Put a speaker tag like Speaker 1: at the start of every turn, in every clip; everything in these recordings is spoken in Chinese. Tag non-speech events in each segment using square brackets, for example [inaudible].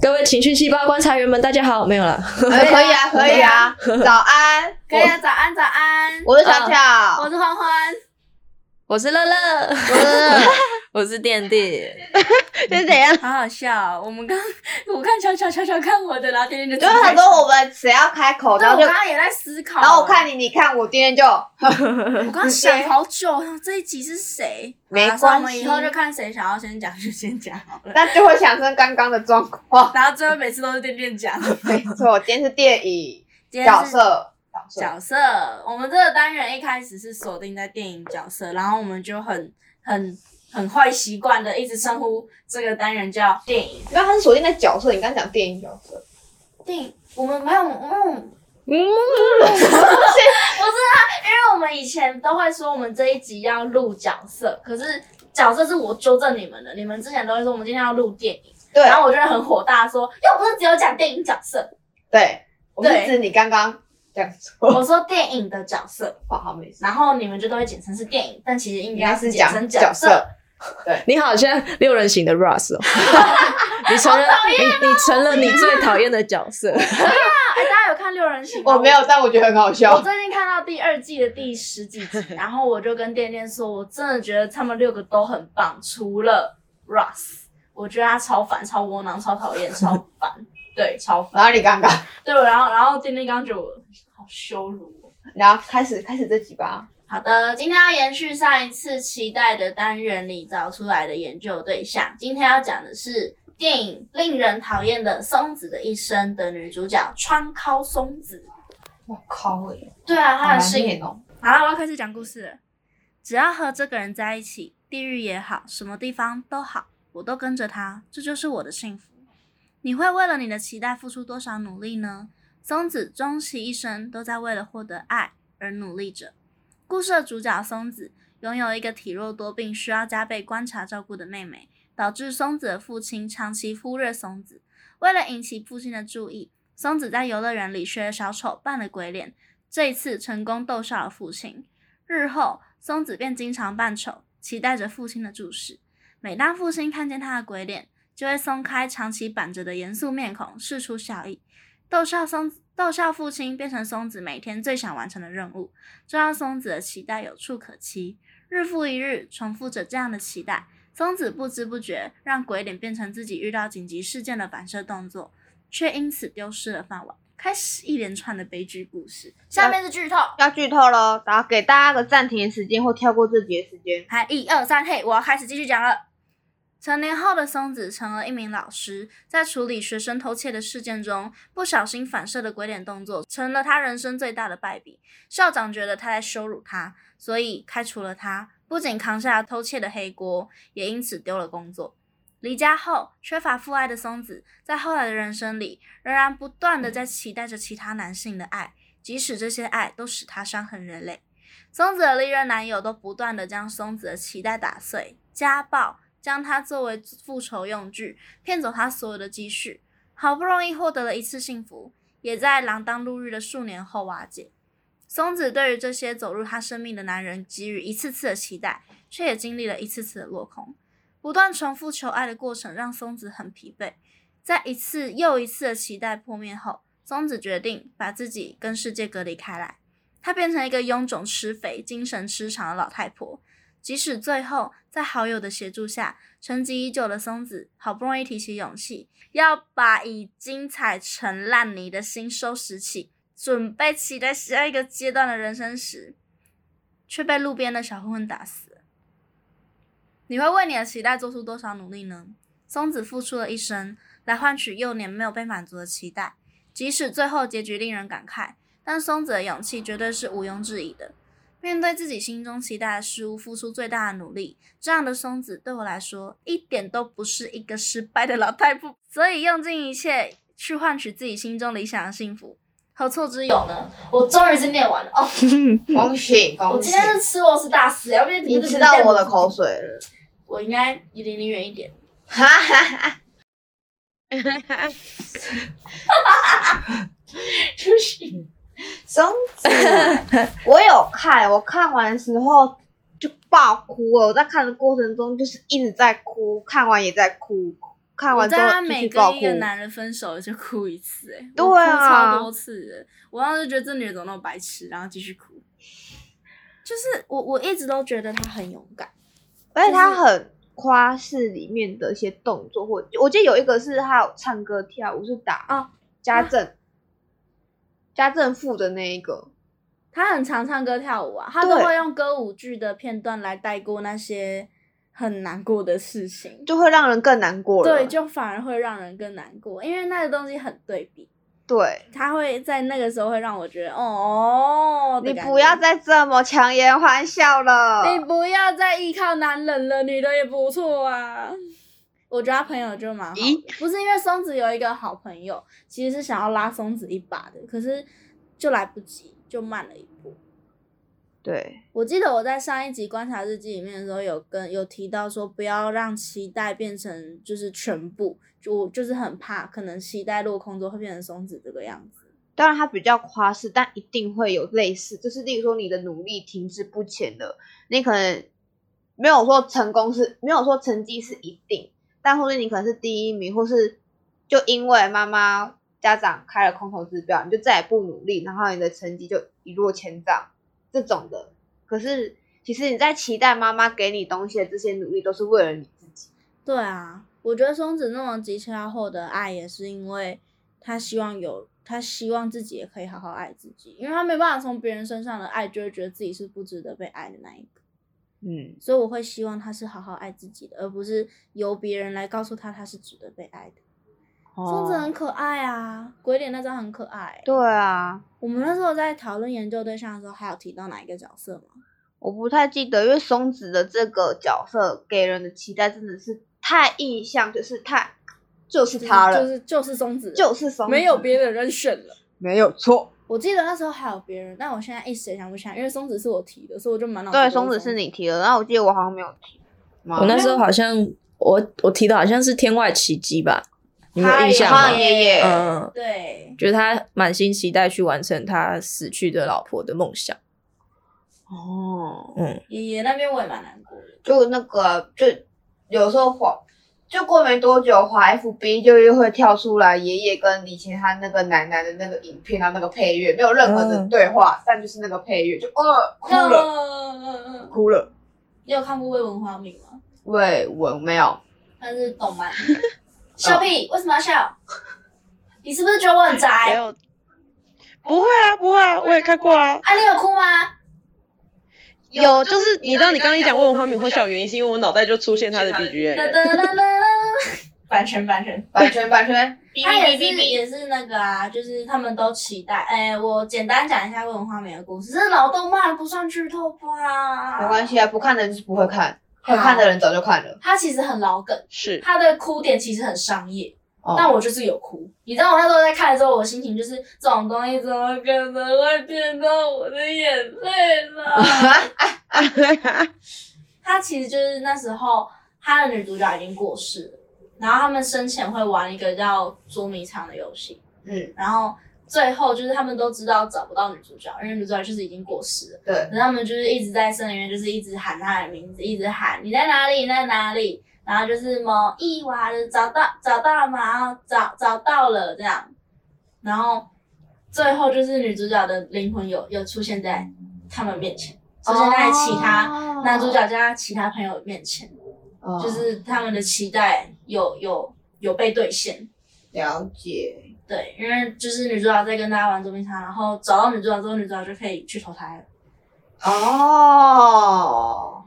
Speaker 1: 各位情绪细胞观察员们，大家好，没有了。
Speaker 2: 哎可以啊，可以啊，早安，
Speaker 3: 可以啊，早安早安，
Speaker 2: 我是小巧，
Speaker 3: 我是欢欢，
Speaker 1: 我是乐乐，我是垫垫。
Speaker 4: 是怎
Speaker 2: 嗯
Speaker 4: 样？
Speaker 3: 好好笑哦。我们刚我看巧巧巧巧看我的，然后天天就
Speaker 2: 就是他说我们谁要开口，
Speaker 3: 对，
Speaker 2: 然
Speaker 3: 我
Speaker 2: 后就
Speaker 3: 刚，刚也在思考。
Speaker 2: 然后我看，你，你看我，今天就
Speaker 3: 我刚刚想好久，我想这一集是谁？
Speaker 2: 没
Speaker 3: 啊算了我
Speaker 2: 关
Speaker 3: 们
Speaker 2: 系
Speaker 3: 以后就看谁想要先讲就先讲好了。
Speaker 2: 那就会想生刚刚的状况。
Speaker 3: 然后最后每次都是店店 [laughs] 讲。
Speaker 2: 没错，今天是电影
Speaker 3: 今天
Speaker 2: 角
Speaker 3: 是
Speaker 2: 色，角色，
Speaker 3: 角色，我们这个单元一开始是锁定在电影角色，然后我们就很很很坏习惯的一直称呼这个单元叫电影
Speaker 2: 那他是锁定在角色，你刚刚讲电影角 [laughs] 色，
Speaker 3: 电影。我们没有，没有，
Speaker 2: 是
Speaker 3: 不是啊，因为我们以前都会说我们这一集要录角色，可是角色是我纠正你们的，你们之前都会说我们今天要录电影，
Speaker 2: 对
Speaker 3: 然后我就会很火大地说，又不是只有讲电影角色，
Speaker 2: [laughs] 对，我是
Speaker 3: 对
Speaker 2: 指你刚刚这样说，
Speaker 3: 我说电影的角色，
Speaker 2: 好好没事，
Speaker 3: 然后你们就都会简称是电影，但其实应
Speaker 2: 应
Speaker 3: 该
Speaker 2: 该
Speaker 3: 是
Speaker 2: 是
Speaker 3: 简
Speaker 2: 讲
Speaker 3: 称
Speaker 2: 角
Speaker 3: 色
Speaker 2: 色。，
Speaker 1: 你好像六人行的 Russ 哦， [laughs] 你承认你你成了你最讨厌的角色，
Speaker 3: 哎，大家有看六人行吗？
Speaker 2: 我没有，但我觉得很好
Speaker 3: 我
Speaker 2: 笑，
Speaker 3: 最近看到第二季的第十几集，
Speaker 2: [laughs]
Speaker 3: 然后我就跟店店说，我真的觉得他们六个都很棒，除了 Russ，我觉得他超烦、超窝囊、超讨厌、超烦，对，超烦。
Speaker 2: 然后你刚刚，
Speaker 3: 对，然后然后店店刚刚觉得我好羞辱哦。
Speaker 2: 然后开始开始这几吧，
Speaker 3: 好的，今天要延续上一次期待的单元里找出来的研究对象，今天要讲的是电影《令人讨厌的松子的一生》的女主角川尻松子。
Speaker 2: 我靠哎，
Speaker 3: 对啊，她的
Speaker 2: 是
Speaker 3: 饰演
Speaker 2: 演哦，
Speaker 3: 好了，我要开始讲故事了。只要和这个人在一起，地狱也好，什么地方都好，我都跟着他，这就是我的幸福。你会为了你的期待付出多少努力呢？松子终其一生都在为了获得爱而努力着。故事的主角松子拥有一个体弱多病、需要加倍观察照顾的妹妹，导致松子的父亲长期忽略松子。为了引起父亲的注意，松子在游乐园里学了小丑，扮了鬼脸，这一次成功逗笑了父亲。日后，松子便经常扮丑，期待着父亲的注视。每当父亲看见他的鬼脸，就会松开长期板着的严肃面孔，释出笑意，逗笑松逗笑父亲，变成松子每天最想完成的任务，这让松子的期待有处可期。日复一日，重复着这样的期待，松子不知不觉让鬼脸变成自己遇到紧急事件的反射动作，却因此丢失了饭碗，开始一连串的悲剧故事。下面是剧透，
Speaker 4: 要剧透喽，然后给大家个暂停时间或跳过这节时间。
Speaker 3: 还一二三，嘿，我要开始继续讲了。成年后的松子成了一名老师，在处理学生偷窃的事件中，不小心反射的鬼脸动作成了他人生最大的败笔。校长觉得他在羞辱他，所以开除了他，不仅扛下了偷窃的黑锅，也因此丢了工作。离家后，缺乏父爱的松子，在后来的人生里，仍然不断的在期待着其他男性的爱，即使这些爱都使他伤痕累累。松子的历任男友都不断的将松子的脐带打碎、家暴，将她作为复仇用具，骗走她所有的积蓄。好不容易获得了一次幸福，也在锒铛入狱的数年后瓦解。松子对于这些走入她生命的男人给予一次次的期待，却也经历了一次次的落空。不断重复求爱的过程让松子很疲惫，在一次又一次的期待破灭后，松子决定把自己跟世界隔离开来。她变成一个臃肿、吃肥、精神失常的老太婆。即使最后在好友的协助下，沉寂已久的松子好不容易提起勇气，要把已经踩成烂泥的心收拾起，准备期待下一个阶段的人生时，却被路边的小混混打死了。你会为你的期待做出多少努力呢？松子付出了一生来换取幼年没有被满足的期待，即使最后结局令人感慨，但松子的勇气绝对是毋庸置疑的。面对自己心中期待的事物，付出最大的努力，这样的松子对我来说一点都不是一个失败的老太婆。所以用尽一切去换取自己心中理想的幸福，何错之有呢？我终于是念完了哦！
Speaker 2: 恭喜
Speaker 3: 我
Speaker 2: 恭喜
Speaker 3: 今，天是吃螺丝大师，要不然
Speaker 2: 你吃到我的口，水
Speaker 3: [laughs]
Speaker 2: 了，
Speaker 3: 我应该离你远一点。
Speaker 2: 哈哈哈，
Speaker 3: 出息。
Speaker 2: [laughs] 松子， [laughs] 我有看，我看完的时候就爆哭了。我在看的过程中就是一直在哭，看完也在哭，看
Speaker 3: 我
Speaker 2: 完之
Speaker 3: 在他
Speaker 2: 后
Speaker 3: 每
Speaker 2: 一起爆
Speaker 3: 跟
Speaker 2: 哭
Speaker 3: 一。个男人分手就哭一次、欸，哎，
Speaker 2: 对
Speaker 3: 我哭
Speaker 2: 啊
Speaker 3: 超多次的。我当时觉得这女人怎么那么白痴，然后继续哭。就是我我一直都觉得她很勇敢，
Speaker 2: 而且他
Speaker 3: 就是
Speaker 2: 很夸饰里面的一些动作，或我记得有一个是他有唱歌跳舞，是打
Speaker 3: 哦
Speaker 2: 家政，家政妇的那一个，
Speaker 3: 她很常唱歌跳舞啊，她都
Speaker 2: 对
Speaker 3: 会用歌舞剧的片段来带过那些很难过的事情。
Speaker 2: 就会让人更难过了。
Speaker 3: 对，就反而会让人更难过，因为那个东西很对比，
Speaker 2: 对，
Speaker 3: 他会在那个时候会让我觉得哦，
Speaker 2: 你不要再
Speaker 3: 再。
Speaker 2: 这么强颜欢笑了。
Speaker 3: 你不要再依靠男人了，女的也不错啊。我觉得他朋友就蛮好的，不是因为松子有一个好朋友，其实是想要拉松子一把的，可是就来不及，就慢了一步。
Speaker 2: 对，
Speaker 3: 我记得我在上一集观察日记里面的时候，有跟有提到说，不要让期待变成就是全部，就我就是很怕可能期待落空之后会变成松子这个样子。
Speaker 2: 当然他比较夸饰，但一定会有类似，就是例如说你的努力停滞不前了，你可能没有说成功是没有说成绩是一定，但或者你可能是第一名，或是就因为妈妈家长开了空头支票，你就再也不努力，然后你的成绩就一落千丈这种的。可是其实你在期待妈妈给你东西的这些努力，都是为了你自己。
Speaker 3: 对啊，我觉得松子那么急切要获得爱，也是因为他希望有，他希望自己也可以好好爱自己，因为他没办法从别人身上的爱，就会觉得自己是不值得被爱的那一个。
Speaker 2: 嗯，
Speaker 3: 所以我会希望他是好好爱自己的，而不是由别人来告诉他他是值得被爱的。松子很可爱啊，鬼脸那张很可爱。
Speaker 2: 对啊，
Speaker 3: 我们那时候在讨论研究对象的时候，还有提到哪一个角色吗？
Speaker 2: 我不太记得，因为松子的这个角色给人的期待真的是太印象，就是太就是
Speaker 3: 就是
Speaker 2: 他了，
Speaker 3: 就是就是松子了，
Speaker 2: 就是松子，
Speaker 3: 没有别的人选了。
Speaker 2: 没有错。
Speaker 3: 我记得那时候还有别人，但我现在一时也想不起来，因为松子是我提的，所以我就满脑子
Speaker 2: 对，
Speaker 3: 都
Speaker 2: 松子是你提的，然后我记得我好像没有提。我
Speaker 1: 我那时候好像我我提的好像是天外奇迹吧，你们有印象
Speaker 2: 胖
Speaker 1: 吗
Speaker 3: 嗨？
Speaker 2: 爷爷，
Speaker 1: 嗯，
Speaker 3: 对，
Speaker 1: 觉得他满心期待去完成他死去的老婆的梦想。
Speaker 2: 哦，
Speaker 1: 嗯，
Speaker 3: 爷爷那边我也蛮难过的。
Speaker 2: 就那个就有时候滑，就过没多久滑 FB 就又会跳出来爷爷跟以前他那个奶奶的那个影片，啊然后那个配乐没有任何的
Speaker 1: 嗯
Speaker 2: 对话，但就是那个配乐就呃哭了
Speaker 3: 那
Speaker 2: 哭了。
Speaker 3: 你有看过《未闻花名》吗？
Speaker 2: 喂，我没有。
Speaker 3: 那是动漫。笑屁，为什么要笑？你是不是觉得我很
Speaker 5: 没
Speaker 3: 宅？
Speaker 5: 有，不会啊，不会啊，我也看过啊。
Speaker 3: 啊，你有哭吗？
Speaker 5: 有，就是你知道，你刚刚一讲问我花名会笑的原因，是因为我脑袋就出现他的 BGM。
Speaker 3: 哒哒哒 [laughs] 哒版权版权，
Speaker 2: 版权版权，
Speaker 3: 他也是也是那个啊，就是他们都期待。哎、我简单讲一下《未闻花名》的故事，这是老动漫，不算剧透吧？
Speaker 2: 没关系啊，不看的人就不会看，
Speaker 3: 好
Speaker 2: 会看的人早就看了。
Speaker 3: 他其实很老梗，
Speaker 5: 是，
Speaker 3: 他的哭点其实很商业，
Speaker 2: 哦
Speaker 3: 但我就是有哭。你知道我那时候在看的时候，我心情就是这种东西怎么可能会骗到我的眼泪
Speaker 2: [laughs]
Speaker 3: 呢？他其实就是那时候他的女主角已经过世了，然后他们生前会玩一个叫捉迷藏的游戏，
Speaker 2: 嗯，
Speaker 3: 然后最后就是他们都知道找不到女主角，因为女主角就是已经过世了。
Speaker 2: 对，
Speaker 3: 然后他们就是一直在森林里面，就是一直喊他的名字，一直喊你在哪里，你在哪里。然后就是某一娃的找到找到了嘛，然后找找到了这样，然后最后就是女主角的灵魂有有出现在他们面前，出现在其他、
Speaker 2: 哦
Speaker 3: 男主角加其他朋友面前，
Speaker 2: 哦
Speaker 3: 就是他们的期待有有有被兑现。
Speaker 2: 了解。
Speaker 3: 对，因为就是女主角在跟大家玩捉迷藏，然后找到女主角之后，女主角就可以去投胎了。
Speaker 2: 哦，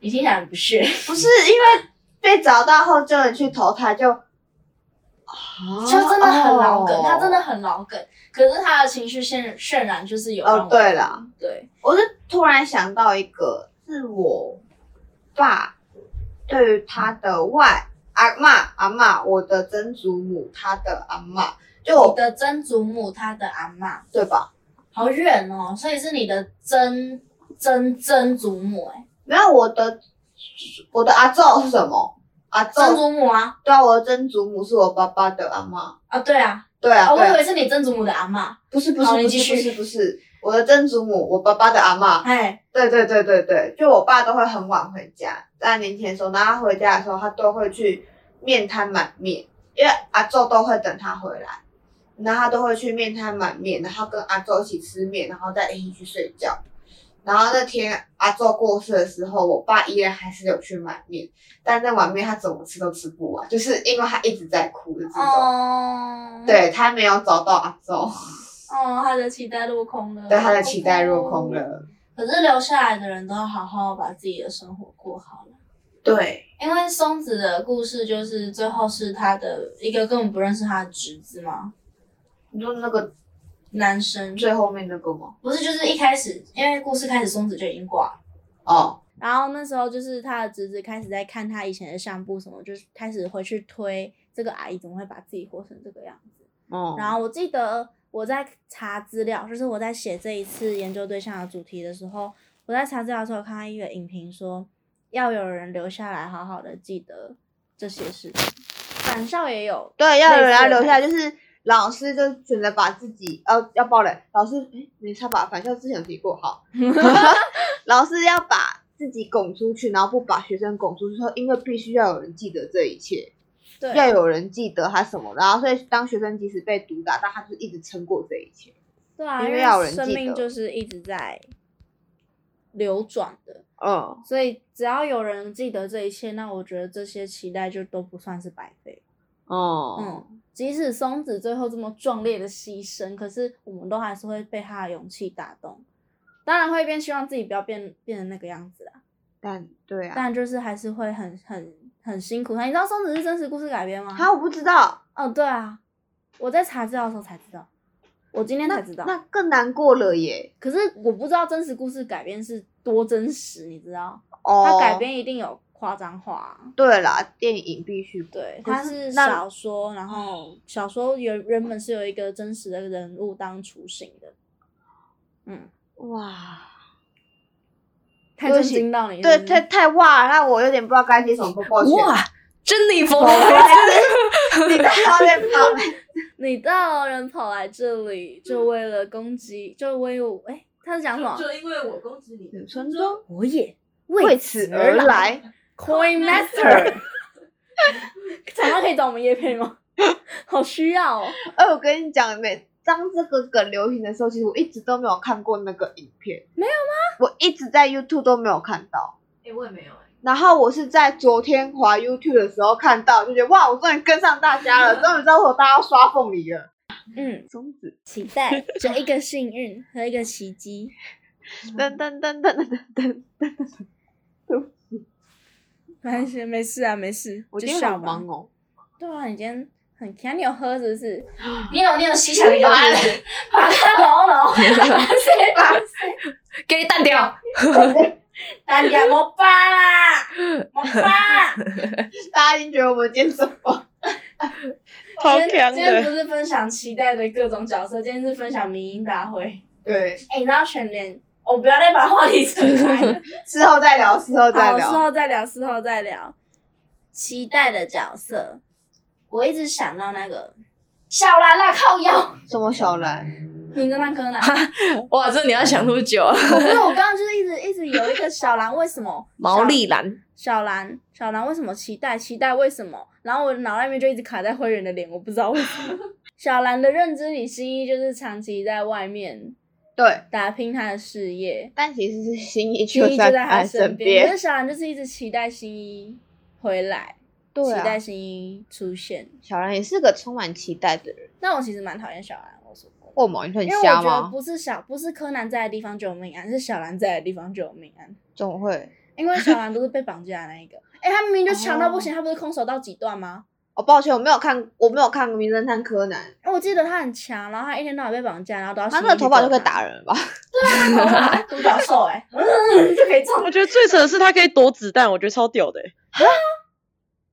Speaker 3: 你听起来很不屑。
Speaker 2: 不是因为被找到后就能去投胎就，
Speaker 3: [laughs] 就真的很老梗，
Speaker 2: 哦
Speaker 3: 他真的很老梗。可是他的情绪渲渲染就是有让
Speaker 2: 哦
Speaker 3: 我，
Speaker 2: 对了，
Speaker 3: 对，
Speaker 2: 我是突然想到一个，是我爸对于他的外阿嬷阿嬷，我的曾祖母，他的阿嬷，就
Speaker 3: 你
Speaker 2: 我
Speaker 3: 的曾祖母她的阿嬷，
Speaker 2: 对吧？
Speaker 3: 好远哦，所以是你的曾曾曾祖母哎、
Speaker 2: 没有我的我的阿昼是什么？阿
Speaker 3: 曾
Speaker 2: 昼
Speaker 3: 祖母啊
Speaker 2: 对啊，我的曾祖母是我爸爸的阿妈。
Speaker 3: 啊对啊，
Speaker 2: 对啊，
Speaker 3: 哦我
Speaker 2: 对
Speaker 3: 以
Speaker 2: 啊
Speaker 3: 为是你曾祖母的阿嬷，
Speaker 2: 不是不是
Speaker 3: 好
Speaker 2: 不
Speaker 3: 你继
Speaker 2: 是
Speaker 3: 续
Speaker 2: 不是不是，我的曾祖母，我爸爸的阿妈。
Speaker 3: 哎，
Speaker 2: 对对对对对，就我爸都会很晚回家，在年前的时候，然后他回家的时候，他都会去面瘫满面，因为阿宙都会等他回来，然后他都会去面瘫满面，然后跟阿宙一起吃面，然后再一起去睡觉。然后那天阿宙过世的时候，我爸依然还是有去买面，但那碗面他怎么吃都吃不完，就是因为他一直在哭的这种。
Speaker 3: 哦，，
Speaker 2: 对他没有找到阿宙，
Speaker 3: 哦，他的期待落空了，
Speaker 2: 对他的期待落空。了。
Speaker 3: 可是留下来的人都要好好把自己的生活过好了。
Speaker 2: 对，
Speaker 3: 因为松子的故事就是最后是他的一个根本不认识他的侄子嘛，
Speaker 2: 你说那个
Speaker 3: 男生
Speaker 2: 最后面那个吗？
Speaker 3: 不是就是一开始，因为故事开始松子就已经挂了。
Speaker 2: 哦，
Speaker 3: 然后那时候就是他的侄子开始在看他以前的相簿什么，就是开始回去推这个阿姨怎么会把自己活成这个样子。
Speaker 2: 哦
Speaker 3: 然后我记得我在查资料，就是我在写这一次研究对象的主题的时候，我在查资料的时候有看到一个影评说，要有人留下来好好的记得这些事情。返校也有
Speaker 2: 对，要有人
Speaker 3: 类似
Speaker 2: 要
Speaker 3: 的
Speaker 2: 留下
Speaker 3: 感
Speaker 2: 来，就是老师就选择把自己呃要爆雷，老师诶没差吧？反校之前有提过，
Speaker 3: [laughs]
Speaker 2: 好，老师要把自己拱出去，然后不把学生拱出去，说因为必须要有人记得这一切，
Speaker 3: 对
Speaker 2: 要有人记得他什么，然后所以当学生即使被毒打，但他就是一直撑过这一切。
Speaker 3: 对啊，
Speaker 2: 因
Speaker 3: 因
Speaker 2: 为要有人
Speaker 3: 生
Speaker 2: 记
Speaker 3: 命
Speaker 2: 得
Speaker 3: 就是一直在流转的，
Speaker 2: 嗯，
Speaker 3: 所以只要有人记得这一切，那我觉得这些期待就都不算是白费。
Speaker 2: 哦，
Speaker 3: 嗯，即使松子最后这么壮烈的牺牲，可是我们都还是会被他的勇气打动。当然会变希望自己不要变变成那个样子啦，
Speaker 2: 但对啊，
Speaker 3: 但就是还是会很很很辛苦。你知道松子是真实故事改编吗？
Speaker 2: 啊，我不知道，
Speaker 3: 哦，对啊，我在查资料的时候才知道，我今天才知道。
Speaker 2: 那更难过了耶。
Speaker 3: 可是我不知道真实故事改编是多真实，你知道？
Speaker 2: 哦，
Speaker 3: 它改编一定有夸张化啊、
Speaker 2: 对啦，电影必须播
Speaker 3: 对，
Speaker 2: 可
Speaker 3: 它
Speaker 2: 是
Speaker 3: 是
Speaker 2: 那
Speaker 3: 小说，然后小说原原本是有一个真实的人物当雏形的，嗯，
Speaker 2: 哇。
Speaker 3: 太
Speaker 2: 对不
Speaker 3: 震
Speaker 2: 起
Speaker 3: 惊到你是不
Speaker 2: 对，
Speaker 3: 是，
Speaker 2: 太太哇，那我有点不知道该接什么抱歉。
Speaker 1: 哇，珍妮佛，
Speaker 2: 你到底在跑哪
Speaker 3: 你到人跑来这里就为了攻击，就为我，哎，他是讲什么？
Speaker 6: 就因为我攻击你的
Speaker 2: 村庄
Speaker 1: 我也
Speaker 2: [laughs] 为此而来，
Speaker 3: Coin [laughs] Master，讲到可以找我们叶配吗？ [laughs] 好需要哦，
Speaker 2: 哎，我跟你讲，每当这个梗流行的时候，其实我一直都没有看过那个影片，
Speaker 3: 没有
Speaker 2: 吗？我一直在 YouTube 都没有看到，
Speaker 6: 哎，我也没有哎，
Speaker 2: 然后我是在昨天滑 YouTube 的时候看到，就觉得哇，我终于跟上大家了，终于知道我大家要刷凤梨了。
Speaker 3: 嗯，
Speaker 2: 松子，
Speaker 3: 期待这一个幸运和一个奇迹。
Speaker 2: 噔噔噔噔噔噔噔，
Speaker 3: 没关系，没事啊，没事。
Speaker 2: 我
Speaker 3: 就
Speaker 2: 今天
Speaker 3: 笑
Speaker 2: 好
Speaker 3: 吧
Speaker 2: 忙。哦。
Speaker 3: 对啊，你今天很强，你有喝是不是？你有你有吸
Speaker 6: 想一
Speaker 3: [laughs]
Speaker 6: 个是不是
Speaker 3: 把它挠挠，
Speaker 1: 给你淡掉。
Speaker 3: 单点哎我爸啦，我 [laughs] 爸。
Speaker 2: 大家已经觉得我们今天什么？
Speaker 5: 超强
Speaker 3: 今天不
Speaker 5: 的，
Speaker 3: 是分享期待的各种角色，今天是分享迷音大会。
Speaker 2: 对，
Speaker 3: 哎，你知道全联，我不要再把话题扯开 [laughs] 了。
Speaker 2: 事后再聊，事后再
Speaker 3: 好，事
Speaker 2: 聊。
Speaker 3: 后再聊，事后再聊。期待的角色，我一直想到那个小兰啦，靠腰，
Speaker 2: 什么小兰？
Speaker 3: 你跟那柯南。
Speaker 1: 哇，这你要想多久啊？
Speaker 3: [laughs] 因为我刚刚就是一直一直有一个小兰，为什么
Speaker 1: 毛利 [laughs] 兰，
Speaker 3: 小兰小兰为什么期待期待为什么？然后我脑袋里面就一直卡在灰原的脸，我不知道为什么。小兰的认知里，新一就是长期在外面
Speaker 2: 对，
Speaker 3: 打拼他的事业，
Speaker 2: 但其实是新一
Speaker 3: 新一就
Speaker 2: 在
Speaker 3: 在他
Speaker 2: 身
Speaker 3: 身边。可是小兰就是一直期待新一回来，
Speaker 2: 对
Speaker 3: 期
Speaker 2: 啊，
Speaker 3: 待新一出现。
Speaker 2: 小兰也是个充满期待的人。
Speaker 3: 但我其实蛮讨厌小兰，我说过。
Speaker 2: 霍某，你很
Speaker 3: 因为我
Speaker 2: 瞎
Speaker 3: 觉得
Speaker 2: 吗？
Speaker 3: 不是小，不是柯南在的地方就有命啊案，是小兰在的地方就有命啊案。
Speaker 2: 怎么会？
Speaker 3: 因为小兰不是被绑架的那一个，哎、他明明就强到不行，他不是空手道几段吗？
Speaker 2: 哦，抱歉，我没有看，我没有看《名侦探柯南
Speaker 3: 哎我记得他很强，然后他一天到晚被绑架，然后都要》，
Speaker 2: 他那个头发就可以
Speaker 3: [laughs]
Speaker 2: 打人吧？
Speaker 3: 人，独角兽啊哎、
Speaker 2: [laughs]
Speaker 3: 嗯就可以撞
Speaker 5: 我觉得最扯的是他可以躲子弹，我觉得超屌的欸。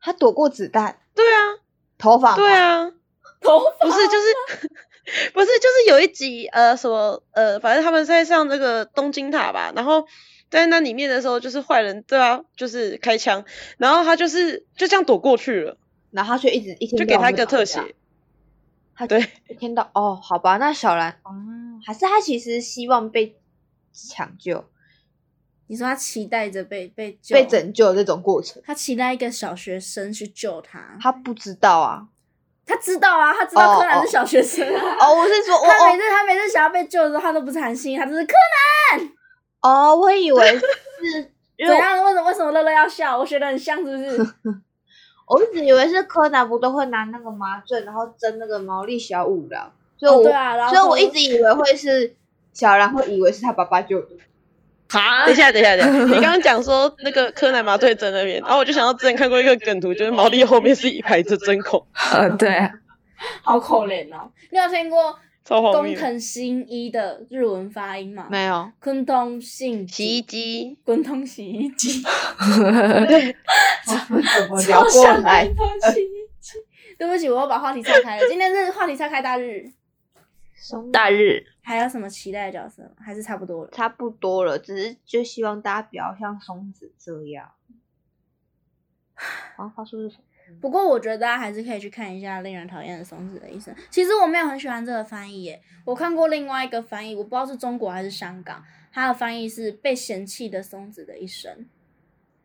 Speaker 2: 他躲过子弹，
Speaker 5: 对啊，
Speaker 2: 头发吗
Speaker 5: 对，啊，
Speaker 3: 头发。
Speaker 5: 不是就是不是 [laughs] 就是有一集呃什么呃，反正他们在上这个东京塔吧，然后在那里面的时候，就是坏人对啊，就是开枪，然后他就是就这样躲过去了，
Speaker 2: 然后他却一直一天
Speaker 5: 就给
Speaker 2: 到晚
Speaker 5: 他一个
Speaker 2: 被绑
Speaker 5: 特
Speaker 2: 架
Speaker 5: 写，
Speaker 2: 他
Speaker 5: 对
Speaker 2: 一天到哦，好吧，那小兰哦，还是他其实希望被抢救，
Speaker 3: 你说他期待着被被救
Speaker 2: 被拯救的这种过程，
Speaker 3: 他期待一个小学生去救他，
Speaker 2: 他不知道啊。
Speaker 3: 他知道啊，他知道
Speaker 2: 哦
Speaker 3: 柯南是
Speaker 2: 哦
Speaker 3: 小学生啊。
Speaker 2: 哦，我是说，我
Speaker 3: 他每
Speaker 2: 哦
Speaker 3: 次他每次想要被救的时候，他都不是韩信，他就是柯
Speaker 2: 哦，我以为是， [laughs] 因
Speaker 3: 南。
Speaker 2: 为我
Speaker 3: 怎样？为什么为什么乐乐要笑？我学的很像，是不是？
Speaker 2: 我一直以为是柯南不都会拿那个麻醉，然后针那个毛利小五郎，所以
Speaker 3: 哦
Speaker 2: 我、
Speaker 3: 对啊然后
Speaker 2: 所以我一直以为会是小兰，会以为是他爸爸救的。
Speaker 1: 哈
Speaker 5: 等一，下，等一下，等一下，你刚刚讲说那个柯南麻醉针那边，然后我就想到之前看过一个梗图，就是毛利后面是一排针针孔，
Speaker 1: 呃，对啊，
Speaker 3: 好可怜哦！你有听过
Speaker 5: 超荒
Speaker 3: 工
Speaker 5: 谬。
Speaker 3: 藤新一的日文发音吗？
Speaker 2: 没有，
Speaker 3: 昆通信
Speaker 5: 洗衣机，
Speaker 3: 滚筒洗衣机，
Speaker 2: [laughs]
Speaker 6: 怎么
Speaker 3: [laughs] 超
Speaker 2: 啊过
Speaker 3: 像
Speaker 2: 来
Speaker 3: 滚筒洗衣机。对不起，我又把话题岔开了。今天是话题岔开大日，
Speaker 1: 大日
Speaker 3: 还有什么期待的角色吗？还是差不多
Speaker 2: [laughs]
Speaker 3: 了。
Speaker 2: 差不多了，只是就希望大家不要像松子这
Speaker 3: [laughs]
Speaker 2: 样。黄花树是什么？
Speaker 3: 不过我觉得大家还是可以去看一下《令人讨厌的松子的一生》。其实我没有很喜欢这个翻译耶，我看过另外一个翻译，我不知道是中国还是香港，它的翻译是《被嫌弃的松子的一生》。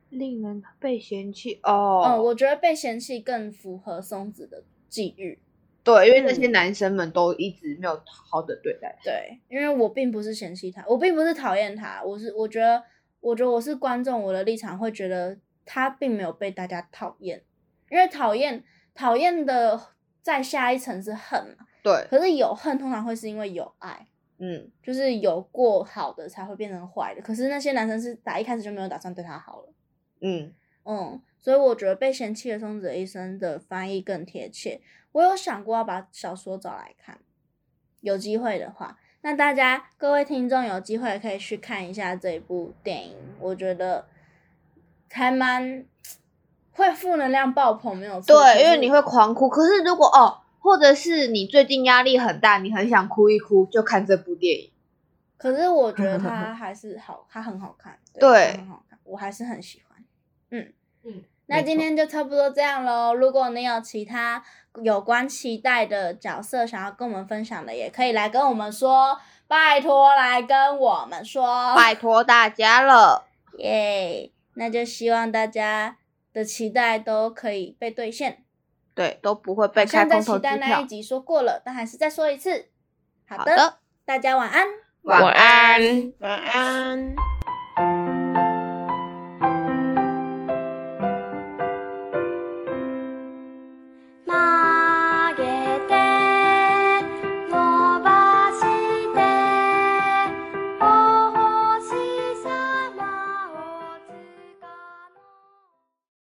Speaker 2: 令人被嫌弃
Speaker 3: 哦，
Speaker 2: 哦。
Speaker 3: 我觉得被嫌弃更符合松子的际遇。
Speaker 2: 对，因
Speaker 3: 嗯
Speaker 2: 为那些男生们都一直没有好好的对待
Speaker 3: 对，因为我并不是嫌弃他，我并不是讨厌他，我是我觉得，我觉得我是观众，我的立场会觉得他并没有被大家讨厌，因为讨厌讨厌的再下一层是恨嘛，
Speaker 2: 他。对，
Speaker 3: 可是有恨通常会是因为有爱，
Speaker 2: 嗯，
Speaker 3: 就是有过好的才会变成坏的，可是那些男生是打一开始就没有打算对他好了。
Speaker 2: 嗯，
Speaker 3: 嗯，所以我觉得被嫌弃的松子的一生的翻译更贴切。我有想过要把小说找来看，有机会的话，那大家各位听众有机会可以去看一下这一部电影，我觉得还蛮会负能量爆棚，没有错。可
Speaker 2: 对，因为
Speaker 3: 是
Speaker 2: 你会狂哭。可是如果哦，或者是你最近压力很大，你很想哭一哭，就看这部电影。
Speaker 3: 可是我觉
Speaker 2: [laughs]
Speaker 3: 得它还是好，它很好看，
Speaker 2: 对
Speaker 3: 它很好看，我还是很喜欢。嗯
Speaker 6: 嗯，
Speaker 3: 那今天就差不多这样喽。如果你有其他有关期待的角色想要跟我们分享的，也可以来跟我们说，拜托来跟我们说，
Speaker 2: 拜托大家了，
Speaker 3: 耶！那就希望大家的期待都可以被兑现。
Speaker 2: 对，都不会被
Speaker 3: 好
Speaker 2: 开
Speaker 3: 像在
Speaker 2: 空头
Speaker 3: 期
Speaker 2: 支
Speaker 3: 待那
Speaker 2: 票
Speaker 3: 一。集说过了，但还是再说一次。好
Speaker 2: 好的
Speaker 3: 大家晚安。
Speaker 1: 晚安。
Speaker 5: 晚安。